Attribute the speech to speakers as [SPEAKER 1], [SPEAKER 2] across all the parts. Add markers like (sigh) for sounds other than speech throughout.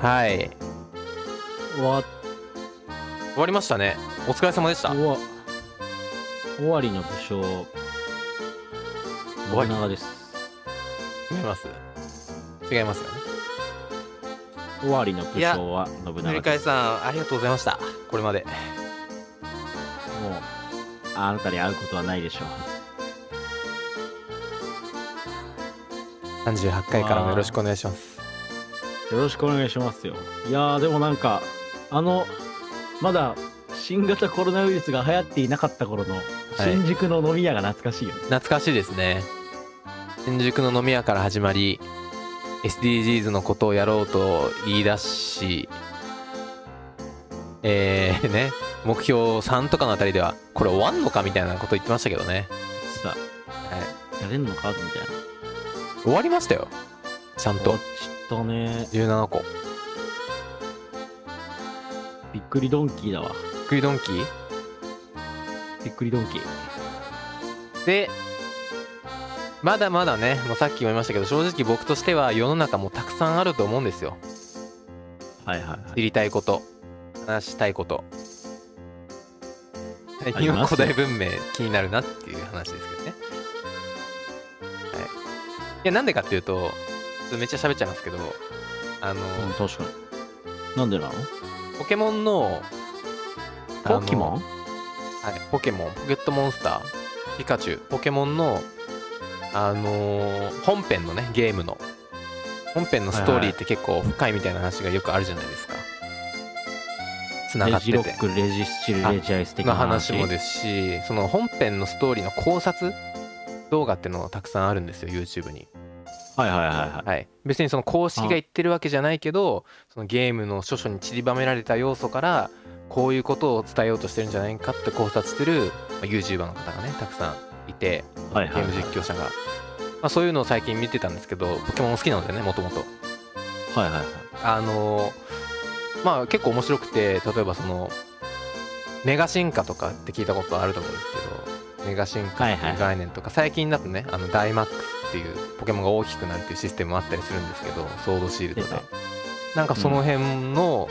[SPEAKER 1] はい
[SPEAKER 2] 終わ
[SPEAKER 1] 終わりましたねお疲れ様でした
[SPEAKER 2] 終わ終わりの武将
[SPEAKER 1] わ
[SPEAKER 2] 信
[SPEAKER 1] り
[SPEAKER 2] 長です
[SPEAKER 1] 違います違いますよね
[SPEAKER 2] 終わりの武将は信長
[SPEAKER 1] 塗
[SPEAKER 2] です
[SPEAKER 1] 替えさんありがとうございましたこれまで
[SPEAKER 2] もうあなたに会うことはないでしょう
[SPEAKER 1] 38回からもよろしくお願いします
[SPEAKER 2] よろしくお願いしますよ。いやー、でもなんか、あの、まだ新型コロナウイルスが流行っていなかった頃の新宿の飲み屋が懐かしいよね。
[SPEAKER 1] 懐かしいですね新宿の飲み屋から始まり SDGs のことをやろうと言い出しえー、ね目標3とかのあたりではこれ終わんのかみたいなこと言ってましたけどね、
[SPEAKER 2] さ、
[SPEAKER 1] はい、
[SPEAKER 2] やれんのかみたいな。
[SPEAKER 1] 終わりましたよちゃん
[SPEAKER 2] 終わ
[SPEAKER 1] と
[SPEAKER 2] っちゃったね。
[SPEAKER 1] 17個
[SPEAKER 2] びっくりドンキーだわ。
[SPEAKER 1] びっくりドンキー
[SPEAKER 2] びっくりドンキー。
[SPEAKER 1] でまだまだねもうさっきも言いましたけど正直僕としては世の中もたくさんあると思うんですよ
[SPEAKER 2] はいはい
[SPEAKER 1] 知りたいこと話したいこと最近
[SPEAKER 2] あり
[SPEAKER 1] は
[SPEAKER 2] ます
[SPEAKER 1] 古
[SPEAKER 2] よ
[SPEAKER 1] 代文明気になるなっていう話ですけどね、はい、いやなんでかっていうとちょっとめっちゃ喋っちゃいますけどあの、
[SPEAKER 2] はい。うん、確かに。なんでなの
[SPEAKER 1] ポケモンのあの
[SPEAKER 2] ポケモン
[SPEAKER 1] はい、ポケモン、ポケットモンスター、ピカチュウ、ポケモンの、あのー本編のね、ゲームの、本編のストーリーって結構深いみたいな話がよくあるじゃないですか。つなが
[SPEAKER 2] レ
[SPEAKER 1] って
[SPEAKER 2] ジロ
[SPEAKER 1] て
[SPEAKER 2] ッ。ク、レジスチル、
[SPEAKER 1] あ
[SPEAKER 2] レジアイス的
[SPEAKER 1] の
[SPEAKER 2] な
[SPEAKER 1] 話
[SPEAKER 2] 話。
[SPEAKER 1] もですし、その本編のストーリーの考察動画っていうのがたくさんあるんですよ、YouTube に。
[SPEAKER 2] はいはいはいは
[SPEAKER 1] はい、別にその公式が言ってるわけじゃないけどそのゲームの諸書に散りばめられた要素からこういうことを伝えようとしてるんじゃないかって考察してる、まあ、YouTuber の方がねたくさんいて
[SPEAKER 2] い。はい
[SPEAKER 1] ゲ
[SPEAKER 2] はい
[SPEAKER 1] ーム
[SPEAKER 2] はい。
[SPEAKER 1] 実況者が、まあ、そういうのを最近見てたんですけどポケモン好きなのでねもともと
[SPEAKER 2] はいはいはい。
[SPEAKER 1] あのーまあ結構面白くて例えばそのメガ進化とかって聞いたことあると思うんですけどメガ進化
[SPEAKER 2] はい
[SPEAKER 1] って
[SPEAKER 2] はい
[SPEAKER 1] いう概念とか、最近だとねあのダイマックスっていうポケモンが大きくなるっていうシステムもあったりするんですけどソードシールドで
[SPEAKER 2] 出た
[SPEAKER 1] なんかその辺の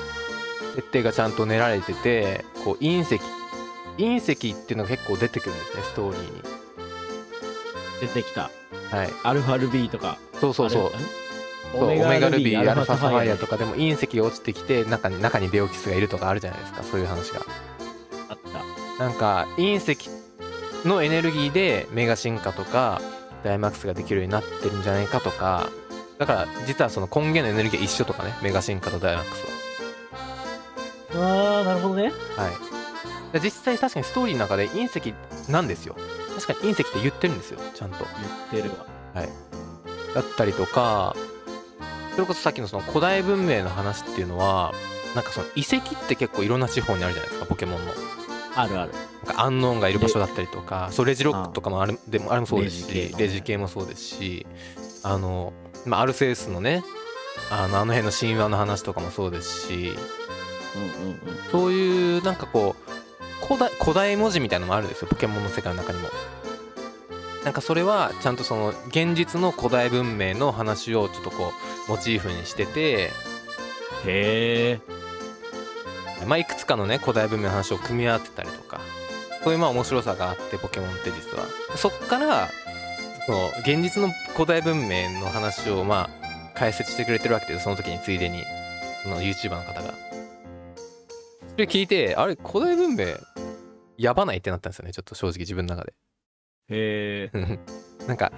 [SPEAKER 1] 設定がちゃんと練られてて、こう隕石隕石っていうのが結構出てくるんですねストーリーに
[SPEAKER 2] 出てきた。
[SPEAKER 1] はい
[SPEAKER 2] アルファルビーとか。
[SPEAKER 1] そうそうそう
[SPEAKER 2] あれ。
[SPEAKER 1] そうオメガルビーアルファサファイアと
[SPEAKER 2] か
[SPEAKER 1] かでも隕石が落ちてきて中に中にベオキスがいるとかあるじゃないですかそういう話が
[SPEAKER 2] あった。
[SPEAKER 1] なんか隕石のエネルギーでメガ進化とかダイマックスができるようになってるんじゃないかとかだから実はその根源のエネルギーは一緒とかねメガ進化とダイマックス
[SPEAKER 2] ああなるほどね
[SPEAKER 1] ははいで実際確かにストーリーの中で隕石なんですよ確かに隕石って言ってるんですよちゃんと
[SPEAKER 2] 言ってるわ
[SPEAKER 1] だったりとかそれこそさっきのその古代文明の話っていうのはなんかその遺跡って結構いろんな地方にあるじゃないですかポケモンの
[SPEAKER 2] あるある
[SPEAKER 1] なんかアンノーンがいる場所だったりとかそうレジロックとかもあれでもあれもそうですしレ
[SPEAKER 2] レジ系
[SPEAKER 1] ジ,、
[SPEAKER 2] の
[SPEAKER 1] 系もそうですしあの、まあ、アルセウスのねあのあの辺の神話の話とかもそうですし
[SPEAKER 2] うんうんうん
[SPEAKER 1] そういうなんかこう古代古代文字みたいなのもあるんですよポケモンの世界の中にも。なんかそれはちゃんとその現実の古代文明の話をちょっとこうモチーフにしてて
[SPEAKER 2] へえ
[SPEAKER 1] まあ、いくつかのね古代文明の話を組み合わせたりとかそういうまあ面白さがあってポケモンって実はそっからその現実の古代文明の話をまあ解説してくれてるわけでその時についでにその YouTuber の方がそれ聞いてあれ古代文明やばないってなったんですよねちょっと正直自分の中で
[SPEAKER 2] へえ
[SPEAKER 1] うんなんか、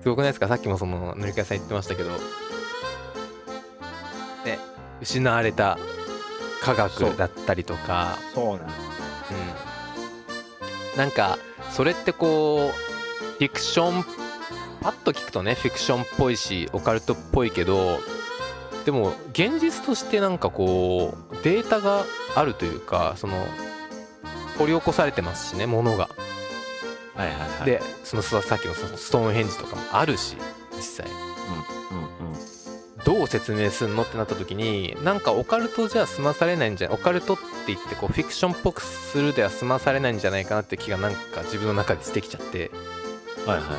[SPEAKER 1] すごくないですかさっきもその、塗り替えさん言ってましたけど、ね、失われた科
[SPEAKER 2] そ
[SPEAKER 1] 学
[SPEAKER 2] う
[SPEAKER 1] だったりとか、
[SPEAKER 2] そうなの
[SPEAKER 1] うん。なんか、それってこう、フィクション、パッと聞くとね、フィクションっぽいし、オカルトっぽいけど、でも、現実としてなんかこう、データがあるというか、その、掘り起こされてますしね、ものが。
[SPEAKER 2] はいはいはい
[SPEAKER 1] でそのささっきのそのストーンヘンジとかもあるし実際
[SPEAKER 2] うんうん
[SPEAKER 1] どう説明すんのってなった時になんかオカルトじゃ済まされないんじゃオカルトって言ってこうフィクションっぽくするでは済まされないんじゃないかなって気がなんか自分の中でしてきちゃって
[SPEAKER 2] はいはいは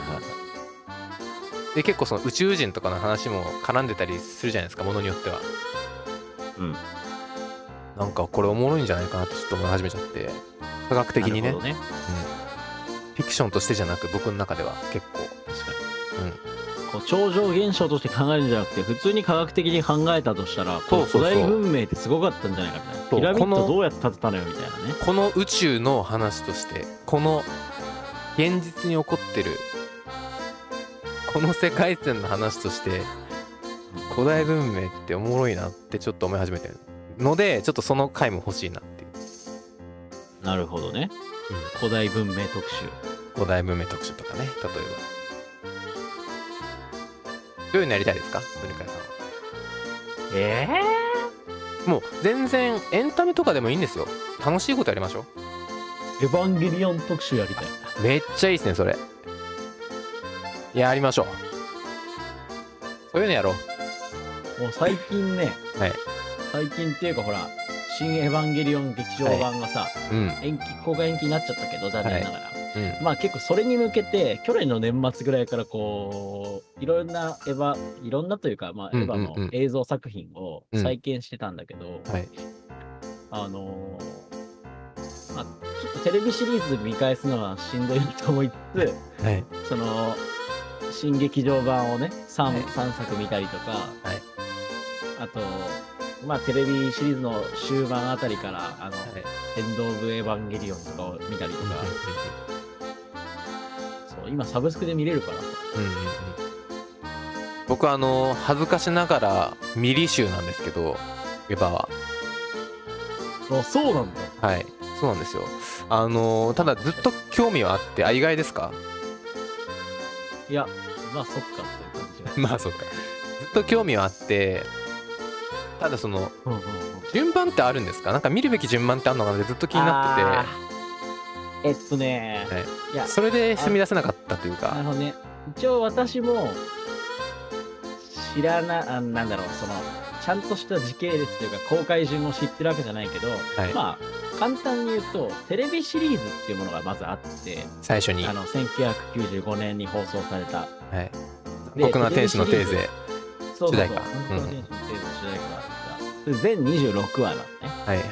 [SPEAKER 2] い
[SPEAKER 1] で結構その宇宙人とかの話も絡んでたりするじゃないですかものによっては
[SPEAKER 2] うん
[SPEAKER 1] なんかこれおもろいんじゃないかなってちょっと思い始めちゃって科学的にね
[SPEAKER 2] なるほどね
[SPEAKER 1] フィクションとしてじゃなく僕の中では結構
[SPEAKER 2] 確かに、こう超常現象として考えるんじゃなくて普通に科学的に考えたとしたらこ
[SPEAKER 1] そううそうそう
[SPEAKER 2] 古代文明ってすごかったんじゃないかみたいな
[SPEAKER 1] そう
[SPEAKER 2] ピラミッ
[SPEAKER 1] こ
[SPEAKER 2] ド
[SPEAKER 1] の
[SPEAKER 2] どうやって建てたのよみたいなね
[SPEAKER 1] この宇宙の話としてこの現実に起こってるこの世界線の話として古代文明っておもろいなってちょっと思い始めてるのでちょっとその回も欲しいなっていう、
[SPEAKER 2] なるほどね古代文明特集
[SPEAKER 1] 古代文明特集とかね例えばどういうのやりたいですか塗り替えさんは
[SPEAKER 2] え
[SPEAKER 1] もう全然エンタメとかでもいいんですよ楽しいことやりましょ
[SPEAKER 2] えエヴァンゲリオン特集やりたいう
[SPEAKER 1] めっちゃいいですねそれやりましょうそういうのやろう
[SPEAKER 2] もう最近ね、
[SPEAKER 1] はい
[SPEAKER 2] 最近っていうかほら「新エヴァンゲリオン劇場版」がさ、
[SPEAKER 1] うん
[SPEAKER 2] 延期公開延期になっちゃったけど残念ながら、
[SPEAKER 1] うん
[SPEAKER 2] まあ結構それに向けて去年の年末ぐらいからこういろんなエヴァいろんなというか、まあ、
[SPEAKER 1] うん
[SPEAKER 2] エ
[SPEAKER 1] うん
[SPEAKER 2] ヴ
[SPEAKER 1] うん
[SPEAKER 2] ァの映像作品を
[SPEAKER 1] うん
[SPEAKER 2] 再建してたんだけど、
[SPEAKER 1] はい
[SPEAKER 2] あのーまあ、ちょっとテレビシリーズ見返すのはしんどいなと思いつ
[SPEAKER 1] はい
[SPEAKER 2] つその新劇場版をね 3,、
[SPEAKER 1] はい
[SPEAKER 2] 三作見たりとか、
[SPEAKER 1] はい
[SPEAKER 2] あとまあテレビシリーズの終盤あたりから「あのエンド・オブ・エヴァンゲリオン」とかを見たりとか、そう今サブスクで見れるからさ
[SPEAKER 1] うんうんうん僕はあの恥ずかしながらミリ集なんですけどエヴァは
[SPEAKER 2] あそうなんだ
[SPEAKER 1] はいそうなんですよあのただずっと興味はあってあ意外ですか
[SPEAKER 2] いやまあそっかっていう感じ
[SPEAKER 1] (laughs)
[SPEAKER 2] は
[SPEAKER 1] まあそっかずっと興味はあってただその
[SPEAKER 2] うんうんうん
[SPEAKER 1] 順番ってあるんですかなんか見るべき順番ってあるのかなってずっと気になって
[SPEAKER 2] あーえっとね、
[SPEAKER 1] はい
[SPEAKER 2] いや
[SPEAKER 1] てそれで踏み出せなかったという
[SPEAKER 2] なる
[SPEAKER 1] か
[SPEAKER 2] ほどね。一応私も、知らな、あなんだろう、その、ちゃんとした時系列というか、公開順を知ってるわけじゃないけど、
[SPEAKER 1] はい
[SPEAKER 2] まあ、簡単に言うと、テレビシリーズっていうものがまずあって、
[SPEAKER 1] 最初に
[SPEAKER 2] あ
[SPEAKER 1] はい
[SPEAKER 2] の、1995年に放送された、で
[SPEAKER 1] 僕の天使のテー
[SPEAKER 2] テレビシリー
[SPEAKER 1] ゼ
[SPEAKER 2] そうそうそう、
[SPEAKER 1] 主題歌
[SPEAKER 2] 本当の天使のテーゼの主題歌があった。それ全26話だね。
[SPEAKER 1] はいはい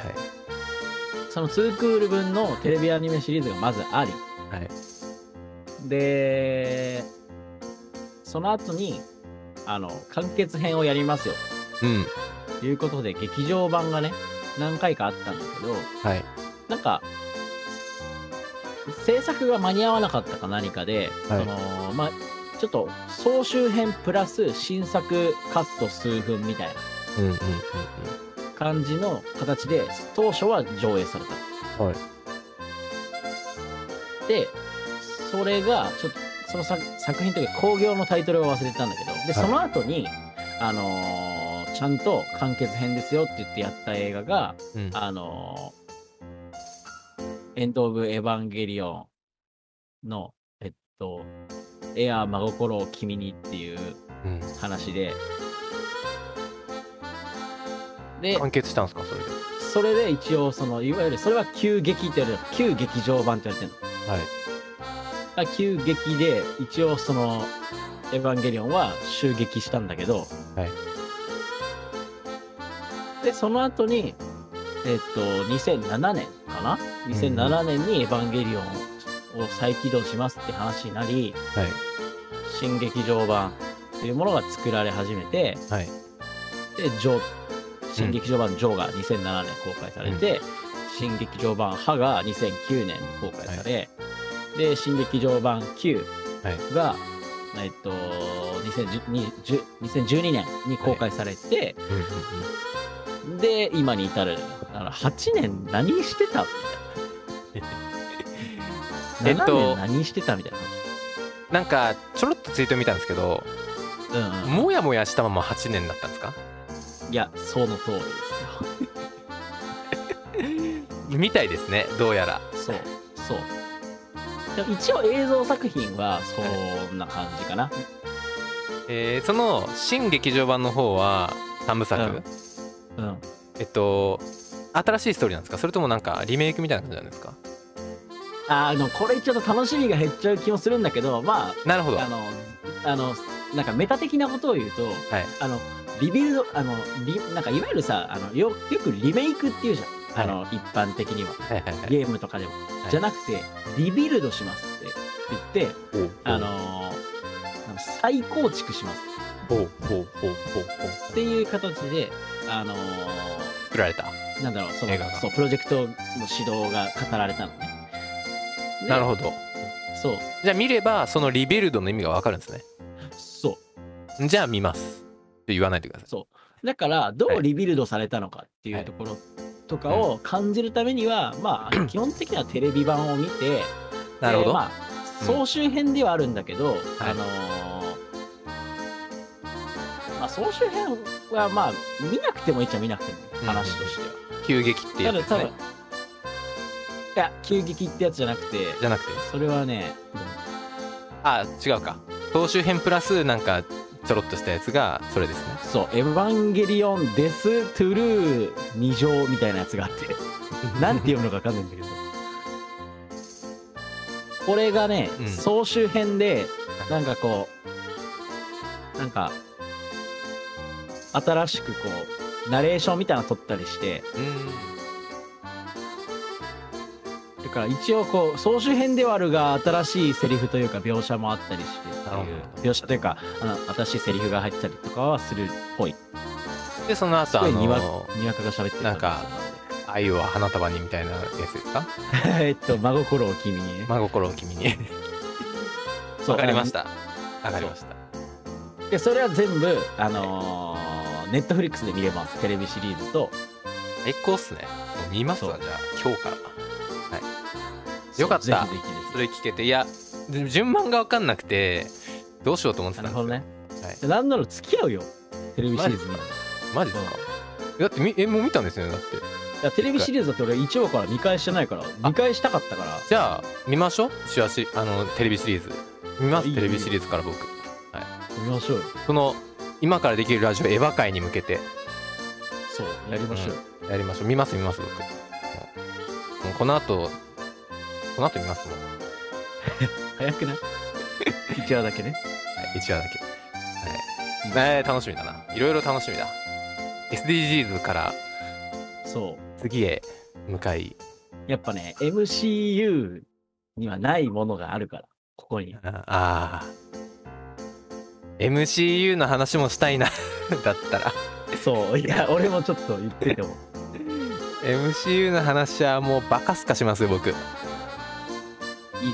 [SPEAKER 2] その2クール分のテレビアニメシリーズがまずあり、
[SPEAKER 1] はい
[SPEAKER 2] で、その後に、あの、完結編をやりますよ、
[SPEAKER 1] うん
[SPEAKER 2] ということで、劇場版がね、何回かあったんだけど、
[SPEAKER 1] はい
[SPEAKER 2] なんか、制作が間に合わなかったか何かで、
[SPEAKER 1] はい
[SPEAKER 2] その、まあ、ちょっと、総集編プラス新作カット数分みたいな
[SPEAKER 1] うんうんうん
[SPEAKER 2] 感じの形で、当初は上映された。
[SPEAKER 1] うんはい
[SPEAKER 2] でそれがちょっとその作作品というか興行のタイトルは忘れてたんだけどで
[SPEAKER 1] い
[SPEAKER 2] その後に、あのーちゃんと完結編ですよって言ってやった映画が
[SPEAKER 1] うん
[SPEAKER 2] あのーエンド・オブ・エヴァンゲリオンのえっとエアー真心を君にっていう
[SPEAKER 1] うん
[SPEAKER 2] 話でで
[SPEAKER 1] 完結したんですかそれで
[SPEAKER 2] それで一応そのいわゆるそれは旧劇って言われる旧劇場版って言われてるの
[SPEAKER 1] はい
[SPEAKER 2] が急激で一応その「エヴァンゲリオン」は襲撃したんだけど、
[SPEAKER 1] はい
[SPEAKER 2] でその後にえっと2007年かな2007年に「エヴァンゲリオン」を再起動しますって話になり
[SPEAKER 1] はい
[SPEAKER 2] 新劇場版っていうものが作られ始めて
[SPEAKER 1] はい
[SPEAKER 2] で「ジョー」新劇場版「ジョー」が2007年公開されて、新劇場版「ハ」が2009年に公開され、で新劇場版「Q」
[SPEAKER 1] はい
[SPEAKER 2] が、えっと、2010 2012年に公開されて、
[SPEAKER 1] うんうんうん
[SPEAKER 2] で、今に至る。だから8年何して
[SPEAKER 1] (laughs)
[SPEAKER 2] たみたいな。
[SPEAKER 1] えっと
[SPEAKER 2] 7年何してたみたいな
[SPEAKER 1] なんかちょろっとツイート見たんですけど
[SPEAKER 2] 話。うん、うん。
[SPEAKER 1] もやもやしたまま8年だったんですか
[SPEAKER 2] いや、その通りで
[SPEAKER 1] みたいですねどうやら
[SPEAKER 2] すよ。そう、そう。でも一応映像作品はそんな感じかな。
[SPEAKER 1] えーその新劇場版の方は3部作、
[SPEAKER 2] うんうん。
[SPEAKER 1] えっと新しいストーリーなんですかそれともなんかリメイクみたいな感じなんですか
[SPEAKER 2] あの、これ言っちゃうと楽しみが減っちゃう気もするんだけど、まあ、
[SPEAKER 1] なるほど
[SPEAKER 2] あ
[SPEAKER 1] は
[SPEAKER 2] の、あの、なんかメタ的なことを言うと、
[SPEAKER 1] い
[SPEAKER 2] あの、リビルド、あの、リなんかいわゆるさ、あのよよくリメイクっていうじゃん。あの、一般的には。
[SPEAKER 1] はいはいはい
[SPEAKER 2] ゲームとかでも。
[SPEAKER 1] い
[SPEAKER 2] じゃなくて、リビルドしますって言って、
[SPEAKER 1] ほう
[SPEAKER 2] あのー再構築します
[SPEAKER 1] ほうほうほうほうほう
[SPEAKER 2] っていう形で、あのー
[SPEAKER 1] 作られた
[SPEAKER 2] なんだろう、その
[SPEAKER 1] 映画が
[SPEAKER 2] そう、プロジェクトの指導が語られたのね。で
[SPEAKER 1] なるほど
[SPEAKER 2] そう、
[SPEAKER 1] じゃあ見ればそのリビルドの意味がわかるんですね
[SPEAKER 2] そ
[SPEAKER 1] じゃあ見ますって言わないでくださ
[SPEAKER 2] う。だから、ど
[SPEAKER 1] は
[SPEAKER 2] う
[SPEAKER 1] い
[SPEAKER 2] リビルドされたのかっていうところとかを感じるためには、ま
[SPEAKER 1] (clears throat)
[SPEAKER 2] あ、基本的にはテレビ版を見て、
[SPEAKER 1] いなるほ
[SPEAKER 2] で
[SPEAKER 1] ど、
[SPEAKER 2] まあ、
[SPEAKER 1] うん
[SPEAKER 2] 総集編ではあるんだけ
[SPEAKER 1] は
[SPEAKER 2] ど、
[SPEAKER 1] い
[SPEAKER 2] あのーまあ、総集編はまあ、見なくてもいいっちゃ見なくてもいい、
[SPEAKER 1] うん
[SPEAKER 2] 話としては。
[SPEAKER 1] 急激ってや
[SPEAKER 2] た
[SPEAKER 1] つ
[SPEAKER 2] だ
[SPEAKER 1] です
[SPEAKER 2] 多分
[SPEAKER 1] ね
[SPEAKER 2] いや急激ってやつじゃなくて
[SPEAKER 1] じゃなくて
[SPEAKER 2] それはね
[SPEAKER 1] あ違うか総集編プラスなんかちょろっとしたやつがそれですね
[SPEAKER 2] そう「エヴァンゲリオンデス・トゥルー二乗」みたいなやつがあって
[SPEAKER 1] (laughs)
[SPEAKER 2] なんて読むのか分かんないんだけどこれがね、
[SPEAKER 1] うん
[SPEAKER 2] 総集編でなんかこうなんか新しくこうナレーションみたいなの撮ったりして
[SPEAKER 1] うん
[SPEAKER 2] だから一応こう総集編ではあるが新しいセリフというか描写もあったりしてっていう
[SPEAKER 1] なるほ
[SPEAKER 2] 描写というかあの新しいセリフが入ったりとかはするっぽい
[SPEAKER 1] でその
[SPEAKER 2] す
[SPEAKER 1] 後あ
[SPEAKER 2] ごいにわ
[SPEAKER 1] の
[SPEAKER 2] にわかが喋ってる
[SPEAKER 1] なんか愛を花束にみたいなやつですか
[SPEAKER 2] 感じ (laughs) えっと真心を君にね
[SPEAKER 1] 真心を君に
[SPEAKER 2] そう
[SPEAKER 1] わかりましたわかりました
[SPEAKER 2] あのでそれは全部あのネットフリックスで見れますテレビシリーズと
[SPEAKER 1] 最高っすねもう見ますわ
[SPEAKER 2] そう
[SPEAKER 1] じゃあ今日からよかった
[SPEAKER 2] そうぜひぜひ
[SPEAKER 1] そ
[SPEAKER 2] ぜ
[SPEAKER 1] れ聞けていやで順番が分かんなくてどうしようと思っ
[SPEAKER 2] ひ
[SPEAKER 1] て
[SPEAKER 2] な
[SPEAKER 1] た
[SPEAKER 2] る
[SPEAKER 1] んです
[SPEAKER 2] ほ
[SPEAKER 1] よ
[SPEAKER 2] どね、
[SPEAKER 1] はい
[SPEAKER 2] なんなら付き合うよテレビシリーズにい
[SPEAKER 1] マジですかだってみえもう見たんですよねだって
[SPEAKER 2] やテレビシリーズだって俺1話から見返してないから見返したかったから
[SPEAKER 1] じゃあ見ましょう週足あのテレビシリーズ見ます
[SPEAKER 2] いいよ
[SPEAKER 1] テレビシリーズから僕
[SPEAKER 2] 見ましょうよ
[SPEAKER 1] この今からできるラジオエヴァ界に向けて
[SPEAKER 2] そうやりましょうよ、
[SPEAKER 1] やりましょう見ます見ます僕もうもうこの後この後見ますもん (laughs)
[SPEAKER 2] 早くない一話だけね
[SPEAKER 1] 1話だけはい、えー楽しみだないろいろ楽しみだ SDGs から
[SPEAKER 2] そ
[SPEAKER 1] 次へ向かいう
[SPEAKER 2] やっぱね MCU にはないものがあるからここに
[SPEAKER 1] ああー MCU の話もしたいな (laughs) だったら
[SPEAKER 2] そういや俺もちょっと言ってても
[SPEAKER 1] MCU の話はもうバカすかしますよ僕
[SPEAKER 2] いい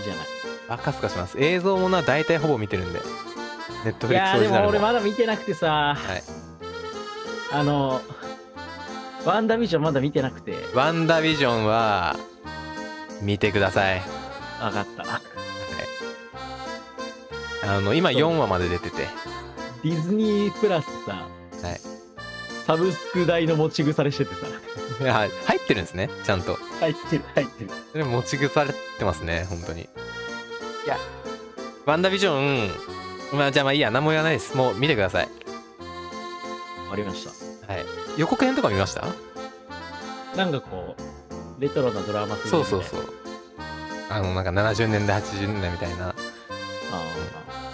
[SPEAKER 2] じゃない
[SPEAKER 1] バカすかします映像もな大体ほぼ見てるんでネッ
[SPEAKER 2] (laughs)
[SPEAKER 1] トフ
[SPEAKER 2] い
[SPEAKER 1] リックスオ
[SPEAKER 2] やー
[SPEAKER 1] リ
[SPEAKER 2] で
[SPEAKER 1] ジナ
[SPEAKER 2] も
[SPEAKER 1] ル
[SPEAKER 2] 俺
[SPEAKER 1] も
[SPEAKER 2] まだ見てなくてさ、
[SPEAKER 1] はい
[SPEAKER 2] あのワンダービジョンまだ見てなくて
[SPEAKER 1] ワンダービジョンは見てください
[SPEAKER 2] 分かった
[SPEAKER 1] あの今
[SPEAKER 2] そう
[SPEAKER 1] 4話まで出て (laughs) て
[SPEAKER 2] ディズニープラスさ、
[SPEAKER 1] はい
[SPEAKER 2] サブスク代の持ち腐れしててさ
[SPEAKER 1] いや入ってるんですねちゃんと
[SPEAKER 2] 入ってる入ってる
[SPEAKER 1] それ持ち腐れてますね本当にいやワンダービジョンまあじゃあまあいいや何も言わないですもう見てください、
[SPEAKER 2] ありました
[SPEAKER 1] はい、予告編とか見ました
[SPEAKER 2] なんかこうレトロなドラマ風
[SPEAKER 1] そうそう
[SPEAKER 2] う
[SPEAKER 1] そうあのなんか70年代80年代みたいな
[SPEAKER 2] あ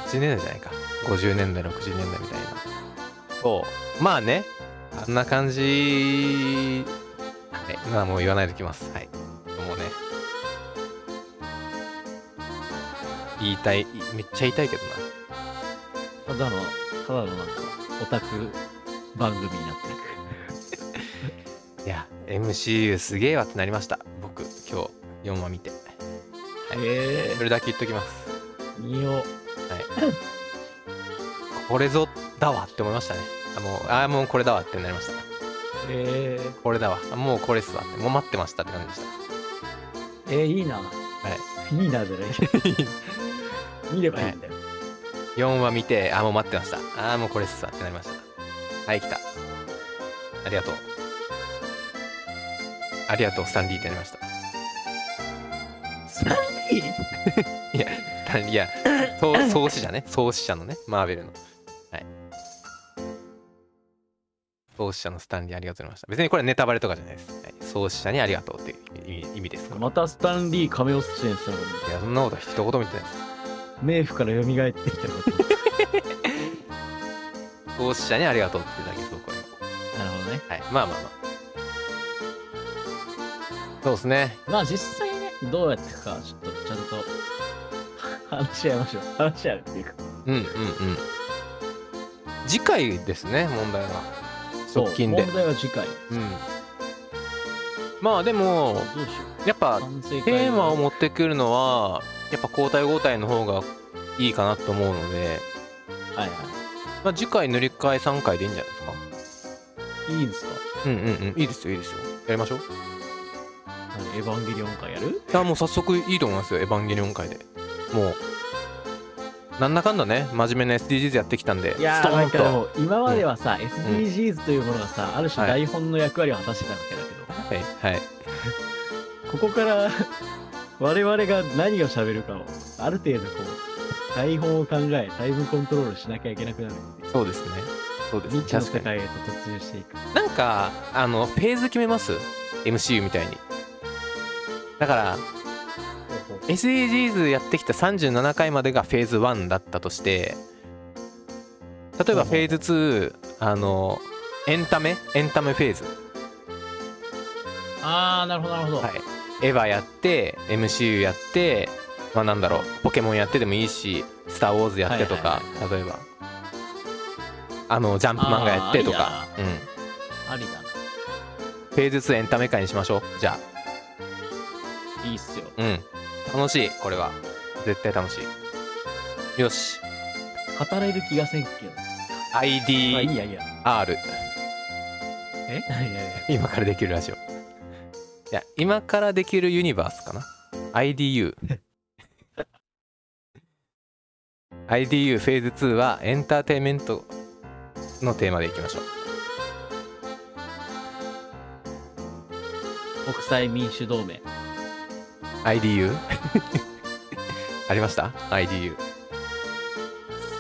[SPEAKER 1] 80年代じゃないか50年代60年代みたいなそうまあねあんな感じはいまあもう言わないできますはいもうね言いたいめっちゃ言いたいけどな
[SPEAKER 2] ーただのただのなんかオタク番組になっていく
[SPEAKER 1] いや MCU すげえわってなりました僕今日4話見て
[SPEAKER 2] え
[SPEAKER 1] それだけ言っときます
[SPEAKER 2] え見よ
[SPEAKER 1] これぞだわって思いましたねあもうあーもうこれだわってなりました
[SPEAKER 2] え
[SPEAKER 1] これだわあもうこれっすわってもう待ってましたって感じでし
[SPEAKER 2] ええいいな。はいい。いいなじゃ (laughs) ない。見ればいいんだよ。
[SPEAKER 1] た4話見てあもう待ってましたあーもうこれっすわってなりましたはい来たありがとうありがとうスタンリーってなりました
[SPEAKER 2] スタンリー
[SPEAKER 1] スタン (laughs) リーいや
[SPEAKER 2] (laughs)
[SPEAKER 1] そう創始者ね創始者のねマーベルのはい創始者のスタンリーありがとうございました別にこれはネタバレとかじゃないです、はい、創始者にありがとうっていう意味意味ですこれ
[SPEAKER 2] またスタンリーカメオ出演したのに、
[SPEAKER 1] いやそんなこと一言も言ってないです
[SPEAKER 2] 冥府から蘇ってきたの
[SPEAKER 1] 投資者にありがとうって言うだけです。まあまあまあそうですね
[SPEAKER 2] まあ実際ね、どうやってか、ちょっとちゃんと話し合いましょう。話し合うっていうか。
[SPEAKER 1] うんうんうん次回ですね問題は
[SPEAKER 2] そう
[SPEAKER 1] 直近で
[SPEAKER 2] 問題は次回。
[SPEAKER 1] うんまあでも
[SPEAKER 2] どうしよ
[SPEAKER 1] やっぱ
[SPEAKER 2] う。反省会
[SPEAKER 1] テーマを持ってくるのはやっぱ交代交代の方がいいかなと思うので、
[SPEAKER 2] はいは
[SPEAKER 1] まあ、次回塗り替え3回でいいんじゃないですか
[SPEAKER 2] い。いいんですか
[SPEAKER 1] うんうんうんいいですよいいですよやりましょう
[SPEAKER 2] 何エヴァンゲリオン会やる
[SPEAKER 1] いやもう早速いいと思いますよエヴァンゲリオン会でもうなんだかんだね真面目な SDGs やってきたんで
[SPEAKER 2] いや
[SPEAKER 1] ス
[SPEAKER 2] ー
[SPEAKER 1] ト
[SPEAKER 2] な
[SPEAKER 1] ー
[SPEAKER 2] ん
[SPEAKER 1] ン
[SPEAKER 2] か
[SPEAKER 1] と
[SPEAKER 2] でも今まではさ、SDGs というものがさある種
[SPEAKER 1] はい
[SPEAKER 2] 台本の役割を果たしてたわけだけど、
[SPEAKER 1] はいはい
[SPEAKER 2] ここから我々が何を喋るかをある程度こう台本を考えタイムコントロールしなきゃいけなくなるっていう
[SPEAKER 1] そうですねそうですね
[SPEAKER 2] 未知の世
[SPEAKER 1] 確か
[SPEAKER 2] 界へと突入していく
[SPEAKER 1] になんかあのフェーズ決めます MCU みたいにだから
[SPEAKER 2] ほうほう
[SPEAKER 1] SDGs やってきた37回までがフェーズ1だったとして例えばフェーズ2あのエンタメエンタメフェーズ、
[SPEAKER 2] ああなるほどなるほど、
[SPEAKER 1] はい、エヴァやって MCU やってまあなんだろうポケモンやってでもいいし「スター・ウォーズ」やってとか、例えばあのジャンプ漫画やってとか
[SPEAKER 2] あ
[SPEAKER 1] うん
[SPEAKER 2] ありだ
[SPEAKER 1] フェーズ2エンタメ界にしましょうじゃ
[SPEAKER 2] いいっすよ
[SPEAKER 1] あうん楽しいこれは絶対楽しいよし
[SPEAKER 2] 語れる気がせんけど、まあ、いい
[SPEAKER 1] IDR
[SPEAKER 2] やいいやえいやいやいや
[SPEAKER 1] 今からできるラジオいや今からできるユニバースかな IDUIDU (laughs) フェーズ2はエンターテインメントのテーマでいきましょう
[SPEAKER 2] 国際民主同盟
[SPEAKER 1] IDU (laughs) ありました IDU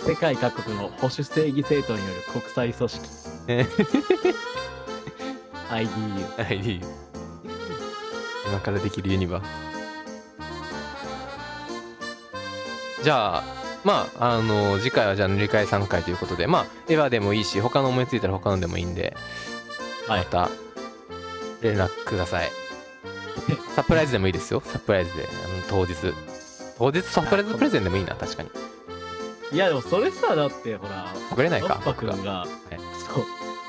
[SPEAKER 2] 世界各国の保守正義政党による国際組織
[SPEAKER 1] え
[SPEAKER 2] IDU
[SPEAKER 1] IDU 今からできるユニバースじゃあまああの次回はじゃあ塗り替え3回ということでまあエヴァでもいいし他の思いついたら他のでもいいんで
[SPEAKER 2] は
[SPEAKER 1] ま
[SPEAKER 2] い
[SPEAKER 1] た連絡くださいサプライズでもいいですよサプライズであの当日当日サプライズプレゼンでもいいな確かに
[SPEAKER 2] いやでもそれさだってほら
[SPEAKER 1] 隠れない
[SPEAKER 2] パ
[SPEAKER 1] か
[SPEAKER 2] パ
[SPEAKER 1] 僕が
[SPEAKER 2] 君が
[SPEAKER 1] い
[SPEAKER 2] そう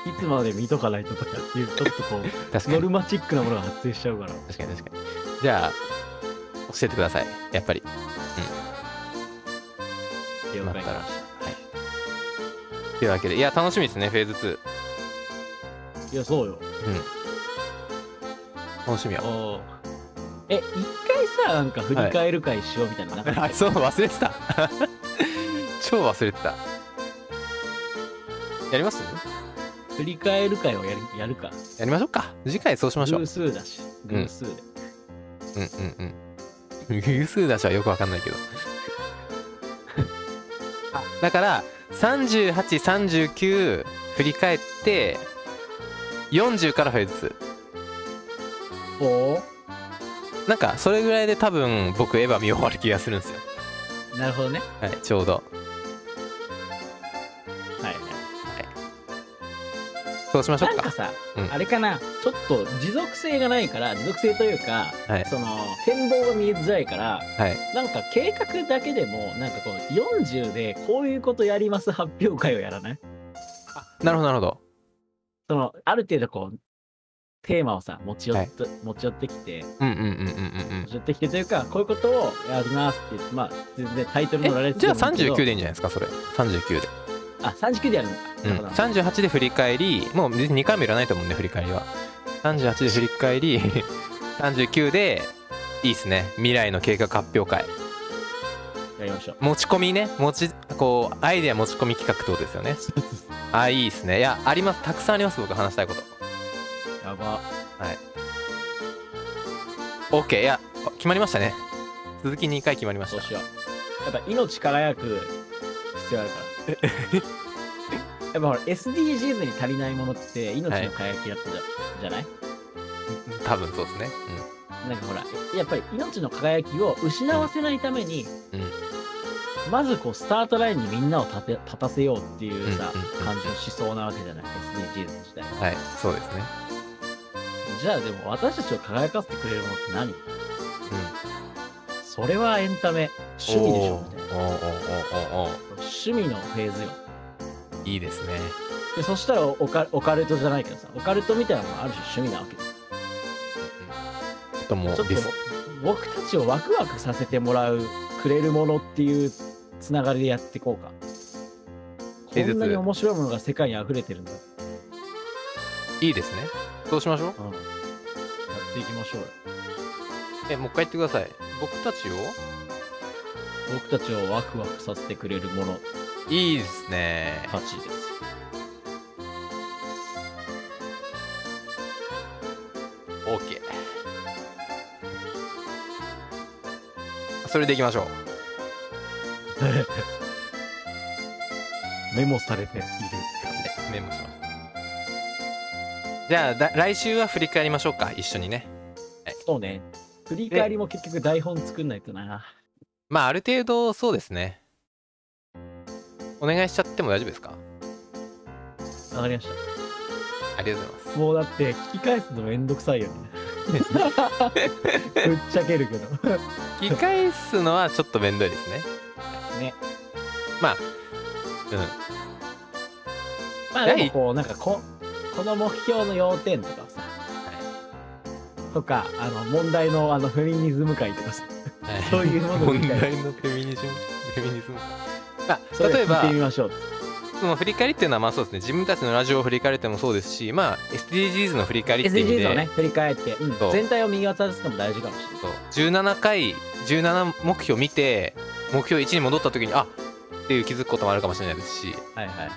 [SPEAKER 2] いつまで見とかないととかっていうちょっとこう
[SPEAKER 1] 確か
[SPEAKER 2] ノ
[SPEAKER 1] に
[SPEAKER 2] ルマチックなものが発生しちゃうから
[SPEAKER 1] 確かに確かにじゃあ教えてくださいやっぱり
[SPEAKER 2] 了
[SPEAKER 1] なっ
[SPEAKER 2] 解
[SPEAKER 1] た
[SPEAKER 2] し
[SPEAKER 1] ら
[SPEAKER 2] ま
[SPEAKER 1] は
[SPEAKER 2] し
[SPEAKER 1] いというわけでいや楽しみですねフェーズ2
[SPEAKER 2] たいやそうよ
[SPEAKER 1] 楽しみや
[SPEAKER 2] おーえ一回さなんか振り返る会しようみたいな,、なん
[SPEAKER 1] (laughs)
[SPEAKER 2] か
[SPEAKER 1] あそう忘れてた (laughs) 超忘れてたやります
[SPEAKER 2] 振り返る会をやるやるか
[SPEAKER 1] やりましょうか次回そうしましょう
[SPEAKER 2] 偶数だし偶数で、
[SPEAKER 1] うんうんうん (laughs) 偶数出しはよくわかんないけど (laughs) あだから3839振り返って40からフェーズ2
[SPEAKER 2] お
[SPEAKER 1] なんかそれぐらいで多分僕エヴァ見終わる気がするんですよ
[SPEAKER 2] ーなるほどね
[SPEAKER 1] はいちょうど
[SPEAKER 2] はい
[SPEAKER 1] そうしましょ
[SPEAKER 2] な
[SPEAKER 1] うんか
[SPEAKER 2] かさ、
[SPEAKER 1] うん
[SPEAKER 2] あれかなちょっと持続性がないから持続性というか、
[SPEAKER 1] はい
[SPEAKER 2] その変動が見えづらいから
[SPEAKER 1] はい
[SPEAKER 2] なんか計画だけでもなんかこう40でこういうことやります発表会をやらない
[SPEAKER 1] なるほどなるほど
[SPEAKER 2] そのある程度こうテーマをさ持ち寄って、持ち寄ってきて
[SPEAKER 1] うんうんうんうんうんうん
[SPEAKER 2] 持ち寄ってきてというかこういうことをやりますって言ってまあ全然タイトルの羅
[SPEAKER 1] え
[SPEAKER 2] 列
[SPEAKER 1] じゃあ
[SPEAKER 2] でもいいけど
[SPEAKER 1] 39でいいんじゃないですかそれ39で、
[SPEAKER 2] あ39でやるのか、
[SPEAKER 1] う、
[SPEAKER 2] なんるほど
[SPEAKER 1] 38で振り返りもう別に2回もいらないと思うんで振り返りは38で振り返り (laughs) 39でいいっすね未来の計画発表会
[SPEAKER 2] やりましょう
[SPEAKER 1] 持ち込みね持ちこうアイデア持ち込み企画ってことです
[SPEAKER 2] (laughs)
[SPEAKER 1] よねあいいっすねいやありますたくさんあります僕話したいこと
[SPEAKER 2] やば
[SPEAKER 1] OK いや決まりましたね続き2回決まりまし
[SPEAKER 2] どう
[SPEAKER 1] た
[SPEAKER 2] しようやっぱ命輝く必要あるから
[SPEAKER 1] (laughs)
[SPEAKER 2] やっぱほら SDGs に足りないものって命の輝きだったじゃ,、じゃない
[SPEAKER 1] 多分そうですね
[SPEAKER 2] なんかほら、やっぱり命の輝きを失わせないために、
[SPEAKER 1] うんうん
[SPEAKER 2] まずこうスタートラインにみんなを立て立たせようっていうさ、
[SPEAKER 1] うんうんうん
[SPEAKER 2] 感じの思想なわけじゃない SDGs の時代は
[SPEAKER 1] はいそうですね
[SPEAKER 2] じゃあでも私たちを輝かせてくれるものって何それはエンタメ趣味でしょみたいな
[SPEAKER 1] おーおーおーおーおー
[SPEAKER 2] 趣味のフェーズよ
[SPEAKER 1] いいですね
[SPEAKER 2] でそしたらオカオカルトじゃないけどさオカルトみたいなのもある種趣味なわけです
[SPEAKER 1] ちょっともう
[SPEAKER 2] ちょっと
[SPEAKER 1] ディス
[SPEAKER 2] 僕たちをワクワクさせてもらうくれるものっていうつながりでやっていこうか
[SPEAKER 1] え
[SPEAKER 2] こんなに面白いものが世界に溢れてるんだ、う、
[SPEAKER 1] いいですねそうしましょうん
[SPEAKER 2] やっていきましょうよ
[SPEAKER 1] えもう一回言ってください僕たちを
[SPEAKER 2] 僕たちをワクワクさせてくれるもの
[SPEAKER 1] いいですね
[SPEAKER 2] たちです
[SPEAKER 1] オーケーそれでいきましょう
[SPEAKER 2] メモされている
[SPEAKER 1] メモしますじゃあだ来週は振り返りましょうか一緒にね
[SPEAKER 2] そうね振り返りも結局台本作んないとな
[SPEAKER 1] まあある程度そうですねお願いしちゃっても大丈夫ですか
[SPEAKER 2] わかりまし
[SPEAKER 1] ありがとうございます
[SPEAKER 2] たもうだって聞き返すのめんどくさいよ (laughs) ねぶっちゃけるけど
[SPEAKER 1] (laughs) 聞き返すのはちょっと面倒いですね
[SPEAKER 2] ね
[SPEAKER 1] うん
[SPEAKER 2] まあでもこうなんかここの目標の要点とかさとかあの問題のあのフェミニズム会とかさ
[SPEAKER 1] はい
[SPEAKER 2] そういうもの
[SPEAKER 1] 問
[SPEAKER 2] みたいな
[SPEAKER 1] 題のフェミニズムフェミニズムあ
[SPEAKER 2] それ
[SPEAKER 1] 例え
[SPEAKER 2] 聞い
[SPEAKER 1] ば
[SPEAKER 2] てみましょう
[SPEAKER 1] その振り返りっていうのはまあそうですね自分たちのラジオを振り返りてもそうですしまあ SDGs の振り返りっていう意味で
[SPEAKER 2] SDGs をね振り返って、うん
[SPEAKER 1] そう
[SPEAKER 2] 全体を見渡すのも大事かもしれない
[SPEAKER 1] そう17回17目標見て目標1に戻った時にあっていう気づくこともあるかもしれないですし
[SPEAKER 2] はいはいはい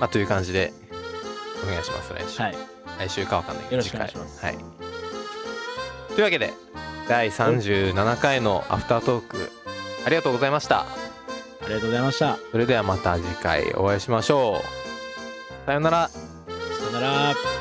[SPEAKER 1] まあという感じでお願いします来週、
[SPEAKER 2] はい
[SPEAKER 1] 来週かわかんないけど
[SPEAKER 2] よろしくお願いします
[SPEAKER 1] 次回はい、というわけで第37回のアフタートークありがとうございました
[SPEAKER 2] ありがとうございました
[SPEAKER 1] それではまた次回お会いしましょうさようなら
[SPEAKER 2] さよなら